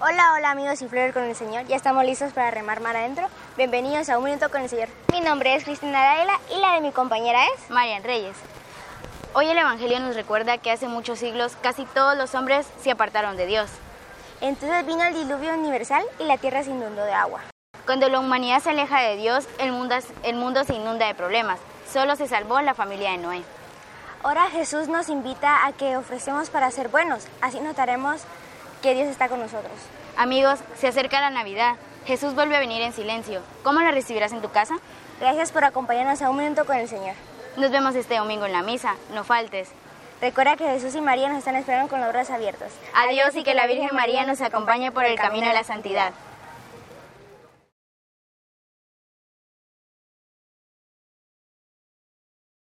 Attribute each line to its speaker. Speaker 1: Hola, hola amigos y Flor con el Señor. Ya estamos listos para remar mar adentro. Bienvenidos a Un Minuto con el Señor. Mi nombre es Cristina Dávila y la de mi compañera es...
Speaker 2: Marian Reyes. Hoy el Evangelio nos recuerda que hace muchos siglos casi todos los hombres se apartaron de Dios.
Speaker 1: Entonces vino el diluvio universal y la tierra se inundó de agua.
Speaker 2: Cuando la humanidad se aleja de Dios, el mundo, el mundo se inunda de problemas. Solo se salvó la familia de Noé.
Speaker 1: Ahora Jesús nos invita a que ofrecemos para ser buenos. Así notaremos que Dios está con nosotros.
Speaker 2: Amigos, se acerca la Navidad. Jesús vuelve a venir en silencio. ¿Cómo la recibirás en tu casa?
Speaker 1: Gracias por acompañarnos a Un Minuto con el Señor.
Speaker 2: Nos vemos este domingo en la misa. No faltes.
Speaker 1: Recuerda que Jesús y María nos están esperando con los brazos abiertos.
Speaker 2: Adiós y que la Virgen María nos acompañe por el camino de la santidad.